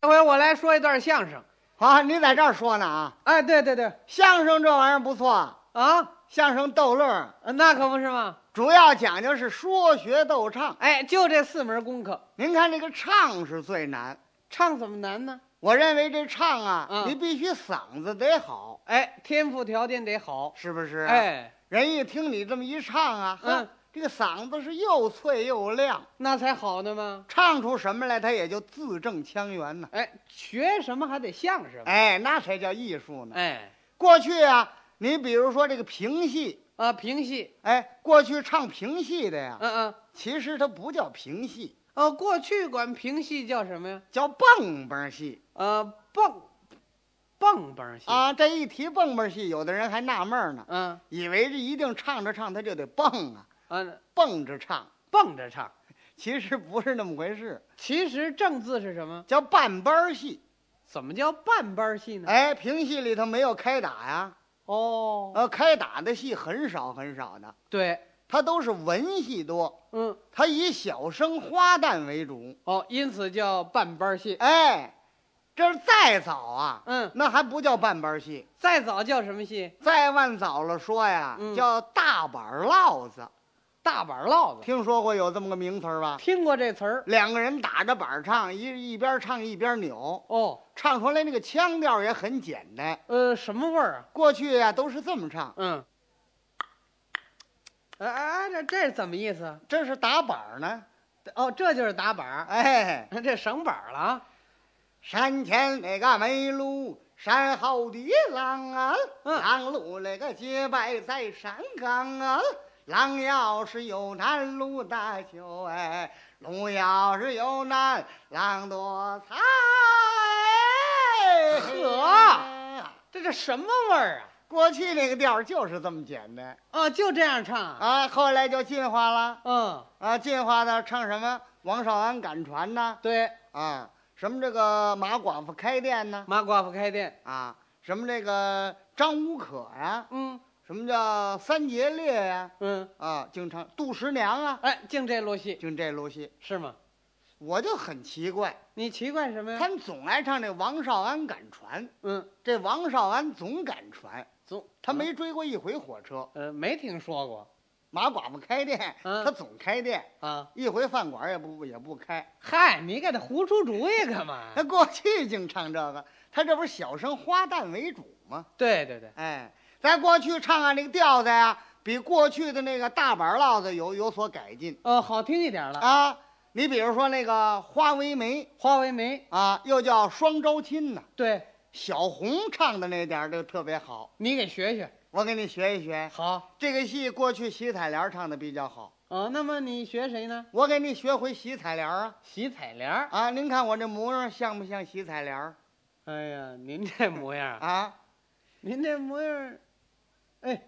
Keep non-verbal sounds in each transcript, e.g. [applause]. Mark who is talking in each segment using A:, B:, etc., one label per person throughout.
A: 这回我来说一段相声。
B: 啊，你在这儿说呢啊？
A: 哎，对对对，
B: 相声这玩意儿不错，
A: 啊，
B: 相声逗乐儿，
A: 呃那可不是嘛。
B: 主要讲究是说学逗唱。
A: 哎，就这四门功课，
B: 您看这个唱是最难，
A: 唱怎么难呢？
B: 我认为这唱啊，
A: 嗯
B: 你必须嗓子得好，
A: 哎，天赋条件得好。
B: 是不是？，啊
A: 哎，
B: 人一听你这么一唱啊，
A: 嗯
B: 嗯，这个嗓子是又脆又亮，
A: 那才好呢嘛。
B: 唱出什么来，他也就字正腔圆呢。
A: 哎，学什么还得像什么。
B: 哎，那才叫艺术呢。
A: 哎，
B: 过去啊，你比如说这个评戏，
A: 啊，评戏，
B: 哎，过去唱评戏的呀，
A: 嗯嗯，
B: 其实它不叫评戏，
A: 哦，过去管评戏叫什么呀？
B: 叫蹦蹦戏
A: 呃，蹦，蹦蹦戏。
B: 啊。这一提蹦蹦戏，有的人还纳闷呢，
A: 嗯
B: 以为这一定唱着唱他就得蹦啊，
A: 嗯，
B: 蹦着唱，
A: 蹦着唱。
B: 其实不是那么回事，
A: 其实正字是什么？
B: 叫半班儿戏。
A: 怎么叫半班戏呢？
B: 哎，评戏里头没有开打呀，
A: 哦，
B: 呃，开打的戏很少很少的，
A: 对，
B: 它都是文戏多，
A: 嗯，
B: 它以小生花旦为主。
A: 哦，因此叫半班戏。
B: 哎，这再早啊，
A: 嗯，
B: 那还不叫半班儿戏，
A: 再早叫什么戏？
B: 再往早了说呀，
A: 嗯
B: 叫大板儿烙子。
A: 大板烙子。
B: 听说过有这么个名词儿吧？
A: 听过这词儿？
B: 两个人打着板儿唱，一一边唱一边扭，
A: 哦，
B: 唱出来那个腔调也很简单。
A: 呃，什么味儿啊？
B: 过去呀、都是这么唱，
A: 嗯。哎哎，哎这这是怎么意思啊？
B: 这是打板儿呢。
A: 哦，这就是打板儿，
B: 哎，
A: 这省板儿了啊。
B: 山前那个梅路，山后的郎啊，
A: 嗯
B: 郎路那个结拜在山岗啊，郎要是有难路大修哎，路要是有难郎多财。
A: 呵这这什么味儿啊？
B: 过去那个调儿就是这么简单
A: 哦，就这样唱啊。
B: 啊，后来就进化了
A: 嗯，
B: 啊，进化到唱什么王少安赶船呐
A: 对，
B: 啊，什么这个马寡妇开店呐
A: 马寡妇开店。
B: 啊，什么这个张无可呀、
A: 嗯
B: 什么叫三节烈呀、
A: 嗯，
B: 啊？经常杜十娘啊，
A: 哎，净这路戏
B: 就这路戏，
A: 是吗？
B: 我就很奇怪，
A: 你奇怪什么
B: 他
A: 呀？
B: 们总爱唱这王少安赶船，
A: 嗯，
B: 这王少安总赶船，
A: 总
B: 他没追过一回火车。
A: 呃没听说过
B: 马寡妇开店，
A: 嗯
B: 他总开店，
A: 啊。
B: 一回饭馆也不也不开。
A: 嗨，你给他胡出主意干嘛
B: [laughs] 他？过去净唱这个，他这不是小生花旦为主吗？
A: 对对对，
B: 哎，咱过去唱啊，那个调子呀、比过去的那个大板烙子有有所改进
A: 哦，好听一点了。
B: 啊。你比如说那个花为媒。
A: 花为媒，
B: 啊，又叫双招亲呢。
A: 对
B: 小红唱的那点儿就特别好，
A: 你给学学。
B: 我给你学一学。
A: 好，
B: 这个戏过去徐彩莲唱的比较好，
A: 哦，那么你学谁呢？
B: 我给你学回徐彩莲啊
A: 洗彩莲儿。
B: 啊！您看我这模样像不像徐彩莲儿
A: 哎呀，您这模样 [laughs] 啊，
B: 啊
A: 您这模样儿，哎，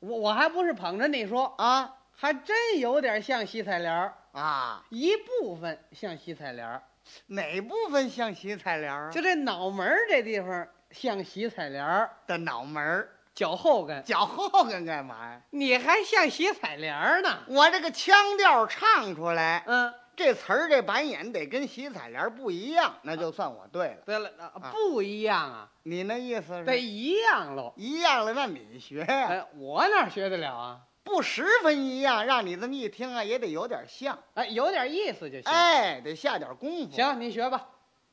A: 我我还不是捧着你说，
B: 啊
A: 还真有点像洗彩莲儿，
B: 啊？
A: 一部分像洗彩莲儿，
B: 哪部分像徐彩莲儿啊？
A: 就这脑门儿这地方像洗彩莲儿，
B: 的脑门儿，
A: 脚后跟，
B: 脚后跟干嘛呀？
A: 你还像洗彩莲儿呢。
B: 我这个腔调唱出来，
A: 嗯，
B: 这词儿这板眼得跟徐彩莲儿不一样，那就算我对了。
A: 对了，啊
B: 啊
A: 不一样啊，
B: 你那意思
A: 得
B: 是
A: 一样喽。
B: 一样了，那你学呀、
A: 哎，我哪学得了啊？
B: 不十分一样，让你这么一听啊，也得有点像，
A: 哎，有点意思就行。
B: 哎，得下点功夫。，
A: 行，你学吧。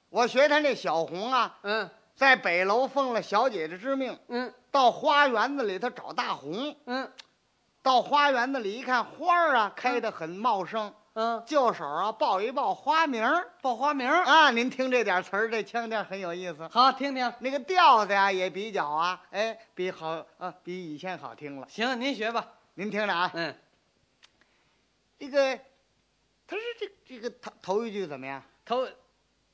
B: 我学他那小红啊，
A: 嗯
B: 在北楼奉了小姐姐之命，
A: 嗯
B: 到花园子里头找大红。
A: 嗯
B: 到花园子里一看，花儿啊开得很茂盛，
A: 嗯，
B: 就手啊抱一抱花名儿
A: 报花名儿，
B: 啊。您听这点词儿，这腔调很有意思。
A: 好听听。
B: 那个调子呀、也比较啊，哎，比好啊，比以前好听了。
A: 行，您学吧。
B: 您听着啊，
A: 嗯，
B: 这个，他是这这个头头一句怎么样？
A: 头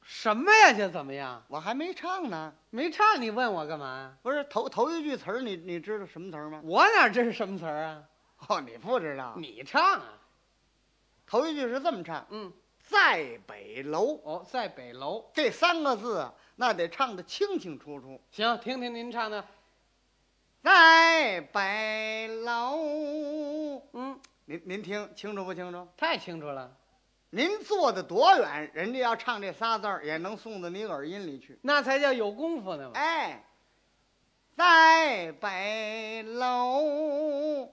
A: 什么呀？这怎么样？
B: 我还没唱呢。
A: 没唱，你问我干嘛？
B: 不是头头一句词儿，你你知道什么词儿吗？
A: 我哪知是什么词儿啊？
B: 哦，你不知道。
A: 你唱啊。
B: 头一句是这么唱
A: 嗯，：“
B: 在北楼
A: 哦，在北楼。”
B: 这三个字啊，那得唱得清清楚楚。
A: 行，听听您唱的。
B: 在北楼，
A: 嗯，
B: 您您听清楚不清楚？
A: 太清楚了。
B: 您坐的多远，人家要唱这仨字儿，也能送到您耳音里去。
A: 那才叫有功夫呢嘛。
B: 哎，在北楼，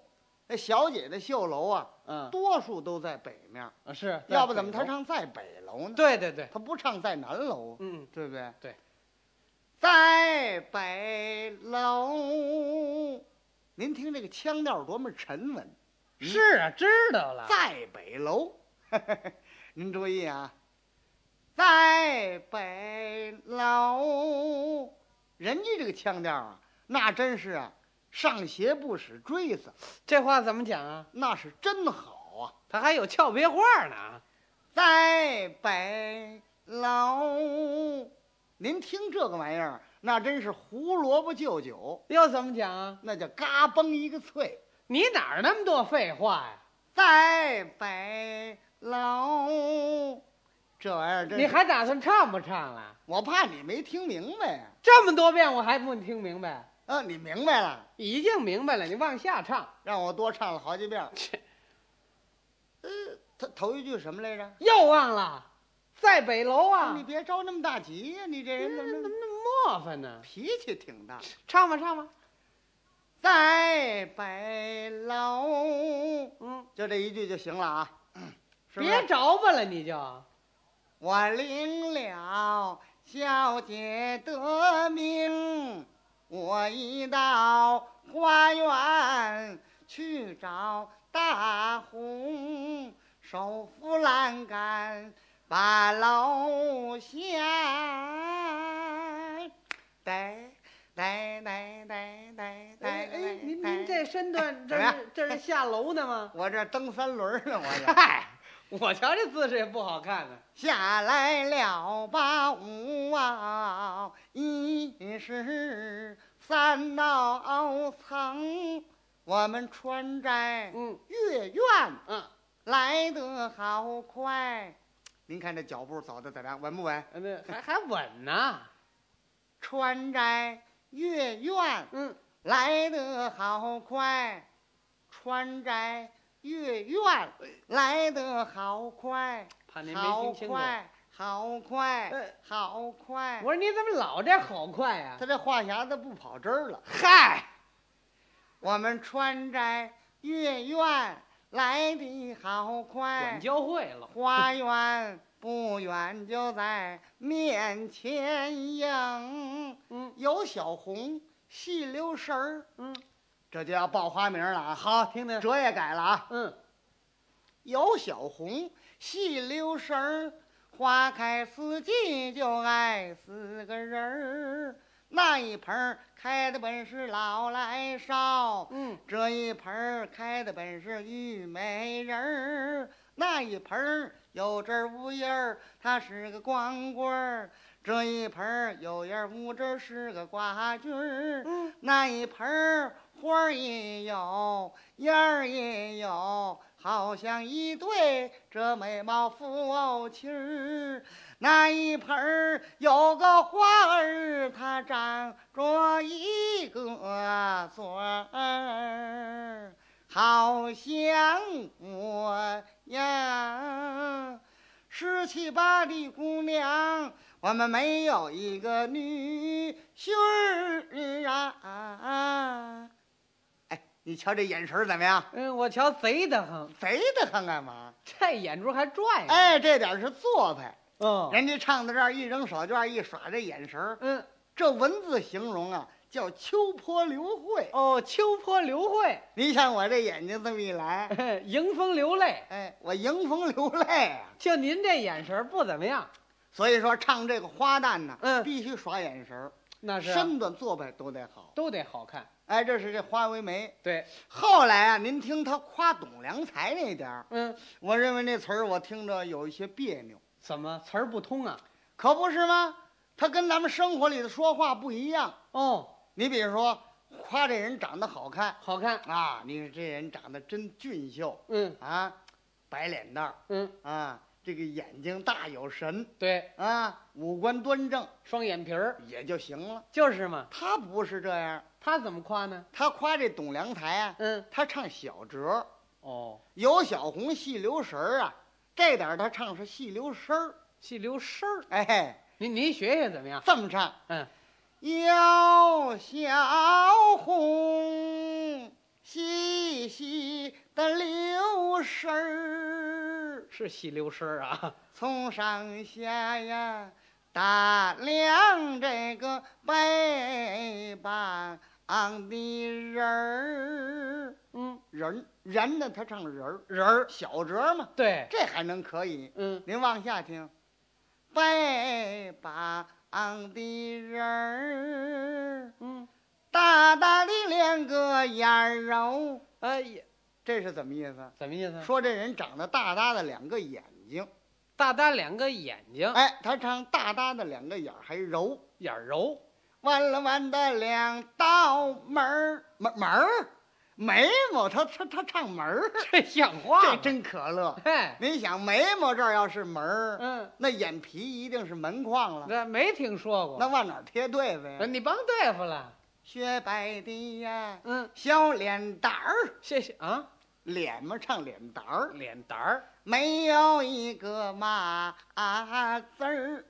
B: 那小姐的绣楼啊，
A: 嗯，
B: 多数都在北面儿，
A: 啊是，
B: 要不怎么她
A: 他？
B: 唱在北楼呢？，
A: 对对对，
B: 她不唱在南楼，
A: 嗯，
B: 对不对？
A: 对，
B: 在北楼，您听这个腔调多么沉稳，嗯
A: 是啊，知道了。
B: 在北楼， [laughs] 您注意啊，在北楼，人家这个腔调啊，那真是啊，上邪不使锥子，
A: 这话怎么讲啊？
B: 那是真好啊。
A: 他还有俏别话呢啊。
B: 在北楼，您听这个玩意儿，那真是胡萝卜就酒，
A: 又怎么讲啊？
B: 那叫嘎嘣一个脆。
A: 你哪儿那么多废话呀？
B: 在北楼，这玩意儿真是
A: 你还打算唱不唱了？
B: 我怕你没听明白呀、
A: 这么多遍我还不听明白？
B: 啊。你明白了，
A: 已经明白了，你往下唱。
B: 让我多唱了好几遍儿。呃，他头一句什么来着？
A: 又忘了，在北楼啊。
B: 你别着那么大急呀、你这
A: 哎怎
B: 人怎
A: 么
B: 么这么
A: 那么磨烦呢？
B: 脾气挺大？
A: 唱吧唱吧，
B: 在北楼，
A: 嗯，
B: 就这一句就行了啊。是不是
A: 别着吧了，你就
B: 我领了小姐得名，我已到花园去找大红，手扶栏杆把楼下。呆呆呆呆呆呆。
A: 哎哎，您
B: 呆
A: 您这，身 [laughs] 段，
B: 怎
A: 这
B: 么样
A: 是这是下楼呢吗？
B: 我这蹬三轮儿呢，我这。
A: 嗨，我瞧这姿势也不好看呢。
B: 下来了吧，五啊，一十三道层，我们川寨
A: 嗯
B: 月院
A: 嗯，
B: 来得好快。您看这脚步走的怎么样？稳不稳？
A: 那呃还还稳呢。
B: 川寨月院
A: 嗯，
B: 来得好快，川寨月院来得好快，
A: 怕您没
B: 好
A: 听清楚。
B: 快，好快。
A: 呃
B: 好快
A: 我！说你怎么老这好快啊呀、
B: 他这话匣子不跑针儿了。
A: 嗨，
B: 我们川寨月院来的好
A: 管
B: 快，
A: 教会了。
B: 花园不远就在面前迎。
A: 嗯
B: 有小红，细溜神儿，
A: 嗯，
B: 这就要报花名了啊！
A: 好，听听。
B: 这也改了啊。
A: 嗯，
B: 有小红，细溜神儿，花开四季就爱四个人儿。那一盆儿开的本是老来少，
A: 嗯，
B: 这一盆儿开的本是玉美人儿。那一盆儿有枝儿无叶儿，它是个光棍儿。这一盆儿有叶儿无枝儿，是个瓜菌儿。
A: 嗯，
B: 那一盆儿花儿也有，叶儿也有，好像一对这美貌夫妻儿。那一盆儿有个花儿，它长着一个嘴儿，好像我呀。十七八的姑娘，我们没有一个女婿儿啊！哎，你瞧这眼神儿怎么样？
A: 嗯，我瞧贼得很，
B: 贼的很干嘛？
A: 这眼珠还转呀。，
B: 哎，这点儿是做派。
A: 嗯，
B: 人家唱到这儿，一扔手绢儿，一耍这眼神儿，
A: 嗯，
B: 这文字形容啊，叫秋波流慧。
A: 哦，秋波流慧，
B: 你想我这眼睛这么一来，
A: [laughs] 迎风流泪。
B: 哎，我迎风流泪啊。
A: 就您这眼神儿不怎么样，
B: 所以说，唱这个花旦呢，
A: 嗯
B: 必须耍眼神儿，
A: 那是啊
B: 身段做派都得好。
A: 都得好看。
B: 哎，这是这花为媒。
A: 对，
B: 后来啊，您听他夸董良才那点儿，
A: 嗯，
B: 我认为那词儿我听着有一些别扭，
A: 怎么词儿不通啊？
B: 可不是吗？他跟咱们生活里的说话不一样。
A: 哦，
B: 你比如说，夸这人长得好看
A: 好看。
B: 啊，你说这人长得真俊秀
A: 嗯
B: 啊，白脸蛋儿
A: 嗯，
B: 啊，这个眼睛大有神
A: 对，
B: 啊，五官端正
A: 双眼皮儿
B: 也就行了。
A: 就是嘛。
B: 他不是这样，
A: 他怎么夸呢？
B: 他夸这董良才啊，
A: 嗯，
B: 他唱小折儿，
A: 哦，
B: 有小红细留神儿啊，这点儿他唱是细溜声儿，
A: 细留声儿。
B: 哎，
A: 您您学学怎么样？
B: 这么唱。
A: 嗯，
B: 有小红细细的流水儿，
A: 是细留声儿啊。 [laughs]
B: 从上下呀打量这个北方的人儿，
A: 嗯，
B: 人人呢，他唱人儿，
A: 人儿。
B: 小折嘛，
A: 对，
B: 这还能可以。
A: 嗯，
B: 您往下听，北方的人儿，
A: 嗯，
B: 大大的两个眼儿哦，
A: 哎呀，
B: 这是怎么意思？
A: 怎么意思？
B: 说这人长得大大的两个眼睛，
A: 大大两个眼睛，
B: 哎，他唱大大的两个眼儿还柔，
A: 眼儿柔，
B: 弯了弯的两道门儿，门门儿，眉毛，他他他唱门儿，
A: 这像话
B: 这
A: 吗？
B: 真可乐。
A: 哎，
B: 您想眉毛这儿要是门儿，
A: 嗯，
B: 那眼皮一定是门框了，
A: 那没听说过。
B: 那往哪儿贴对子呀？
A: 你帮对付了。
B: 雪白的呀，
A: 嗯，
B: 小脸蛋儿，
A: 谢谢啊。
B: 脸嘛唱脸蛋儿，
A: 脸蛋儿，
B: 没有一个麻字儿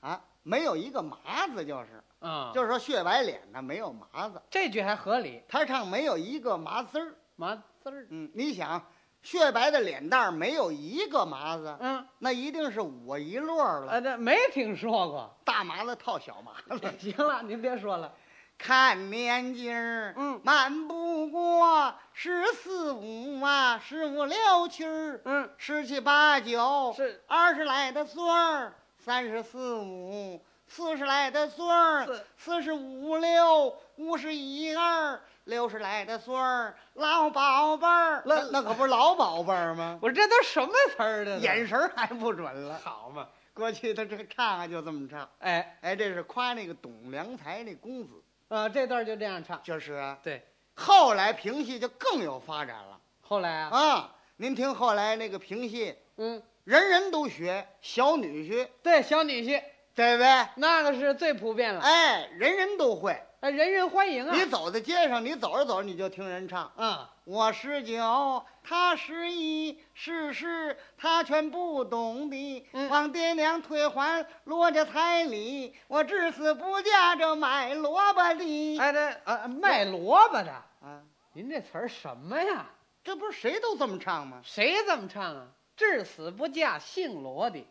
B: 啊，没有一个麻字就是，
A: 嗯，
B: 就是说雪白脸呢没有麻子，
A: 这句还合理。
B: 他唱没有一个麻丝儿，
A: 麻滋儿，
B: 嗯，你想。雪白的脸蛋儿没有一个麻子，
A: 嗯，
B: 那一定是我一摞儿了。
A: 啊，这没听说
B: [laughs]
A: 过。
B: 大麻子套小麻子，
A: 行了，您别说了。
B: 看年纪儿，
A: 嗯
B: 满不过十四五啊，十五六七儿，
A: 嗯，
B: 十七八九，
A: 哦是
B: 二十来的岁儿，三十四五，四十来的岁儿
A: 是，
B: 四十五六，五十一二，六十来的岁儿，老宝贝儿，
A: 那
B: 那可不是老宝贝儿吗？
A: 我这都什么词儿的？
B: 眼神儿还不准了。
A: 好嘛。
B: 过去他这个唱啊就这么唱，
A: 哎，
B: 哎，这是夸那个董良才那公子，
A: 啊，这段就这样唱。
B: 就是啊。
A: 对，
B: 后来评戏就更有发展了
A: 后来啊，
B: 啊！您听后来那个评戏，
A: 嗯，
B: 人人都学小女婿，
A: 对，小女婿
B: 对不对？
A: 那个是最普遍了，
B: 哎，人人都会。
A: 哎，人人欢迎啊。
B: 你走在街上，你走着走着你就听人唱
A: 啊，
B: “我十九，他十一，世事他全不懂的，
A: 嗯
B: 望爹娘退还罗家彩礼，我至死不嫁这买萝卜的。
A: 哎，这啊，卖萝卜的，
B: 啊，
A: 您这词儿什么呀？
B: 这不是谁都这么唱吗？
A: 谁这么唱啊？至死不嫁姓罗的，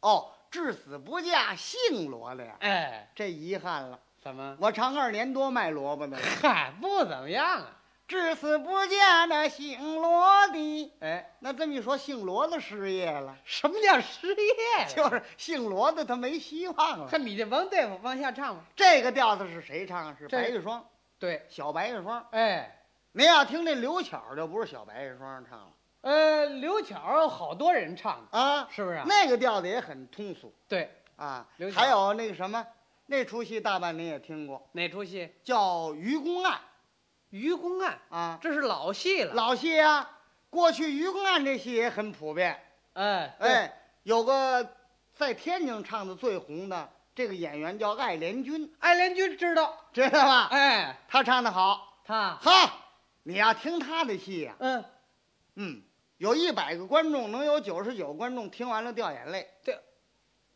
B: 哦，至死不嫁姓罗的呀，
A: 哎，
B: 这遗憾了。
A: 怎么？
B: 我唱二年多卖萝卜的了，
A: 嗨，不怎么样啊。
B: 至死不嫁那姓罗的。
A: 哎，
B: 那这么一说，姓罗的失业了。
A: 什么叫失业呀？
B: 就是姓罗的他没希望了。
A: 看你这王对付往下唱吧。
B: 这个调子是谁唱？啊是
A: 这
B: 白玉霜，
A: 对，
B: 小白玉霜。
A: 哎，
B: 您要听这刘巧，就不是小白玉霜唱了
A: 呃，刘巧好多人唱的，
B: 啊，
A: 是不是啊？
B: 那个调子也很通俗
A: 对，
B: 啊
A: 刘。巧
B: 还有那个什么，那出戏大半您也听过，
A: 哪出戏？
B: 叫《愚公案
A: 愚公案，》
B: 啊，
A: 这是老戏了。
B: 老戏啊。过去《愚公案》这戏也很普遍，
A: 哎对
B: 哎，有个在天津唱的最红的这个演员叫艾连军，
A: 爱莲君知道，
B: 知道吧？
A: 哎，
B: 他唱的好，
A: 他，
B: 好，你要听他的戏呀、
A: 嗯，
B: 嗯，有一百个观众，能有九十九观众听完了掉眼泪。
A: 对，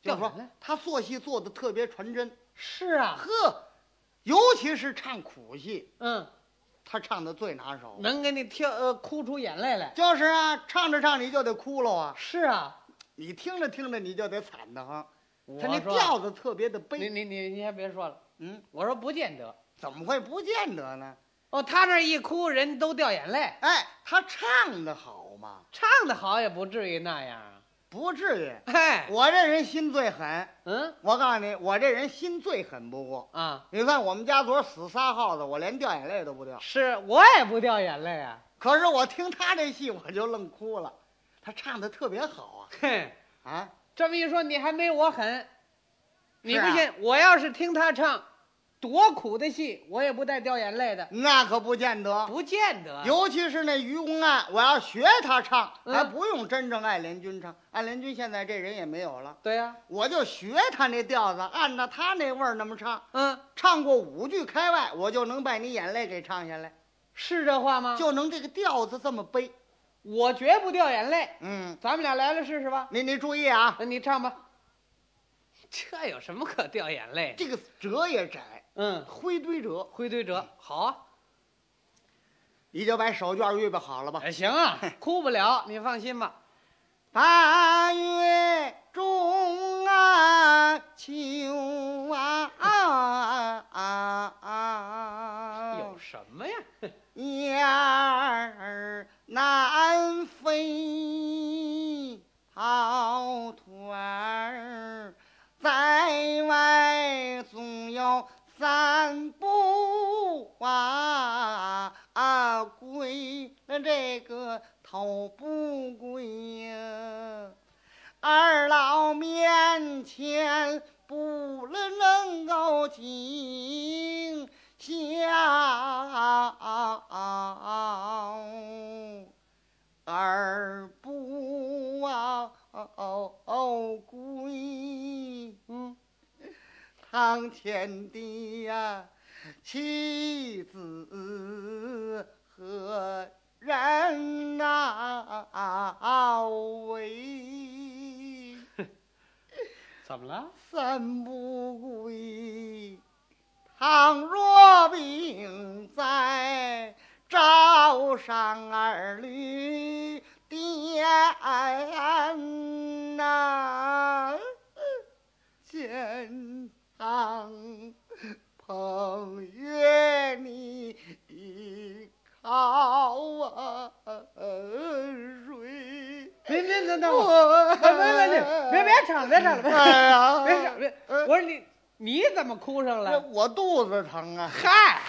B: 就
A: 掉
B: 是说
A: 眼泪
B: 他做戏做的特别传真，
A: 是啊，
B: 呵，尤其是唱苦戏，
A: 嗯，
B: 他唱的最拿手。
A: 能给你跳呃哭出眼泪来。
B: 就是啊，唱着唱着你就得哭了啊，
A: 是啊，
B: 你听着听着你就得惨得慌。他
A: 我
B: 那
A: 说
B: 调子特别的
A: 你
B: 悲，
A: 你你你先别说了，
B: 嗯，
A: 我说不见得。
B: 怎么会不见得呢？
A: 哦，他那一哭，人都掉眼泪，
B: 哎，他唱的好嘛，
A: 唱的好也不至于那样啊。
B: 不至于。
A: 哎，
B: 我这人心最狠，
A: 嗯
B: 我告诉你，我这人心最狠不过。
A: 啊，
B: 你看我们家昨儿死仨耗子，我连掉眼泪都不掉。
A: 是我也不掉眼泪啊。
B: 可是我听他这戏，我就愣哭了。他唱的特别好
A: 嘿，
B: 啊啊！
A: [laughs] 这么一说，你还没我狠。你不
B: 是啊
A: 信，我要是听他唱，多苦的戏，我也不带掉眼泪的，
B: 那可不见得。
A: 不见得。啊
B: 尤其是那《愚公案》，我要学他唱，
A: 嗯
B: 还不用真正艾连军唱。艾连军现在这人也没有了，
A: 对呀、
B: 我就学他那调子，按照他那味儿那么唱。
A: 嗯，
B: 唱过五句开外，我就能把你眼泪给唱下来，
A: 是这话吗？
B: 就能这个调子这么悲。
A: 我绝不掉眼泪。
B: 嗯，
A: 咱们俩来了试试吧。
B: 您您注意啊，
A: 那你唱吧。 [laughs] 这有什么可掉眼泪？
B: 这个折也窄，
A: 嗯，
B: 灰堆折，
A: 灰堆折，好啊，
B: 你就把手绢预备好了吧。
A: 哎行啊，哭不了，你放心吧。
B: 八月中啊，秋啊，啊啊啊
A: 有什么呀？
B: 燕儿南飞，跑团儿在外，总有三步啊啊归，那这个头不归呀、二老面前不能够停笑，而不啊归。
A: 嗯，
B: 堂前的呀，妻子何人呐、为
A: 怎么了？
B: 三不归。倘若病在朝上儿女颠呐、见堂朋约你考啊水。
A: 别别等等我，
B: 我
A: 别别别，别别唱，别唱了，别
B: 哎呀
A: 别唱，别。
B: 呃
A: 我说你你怎么哭上
B: 这
A: 了？
B: 我肚子疼啊！
A: 嗨，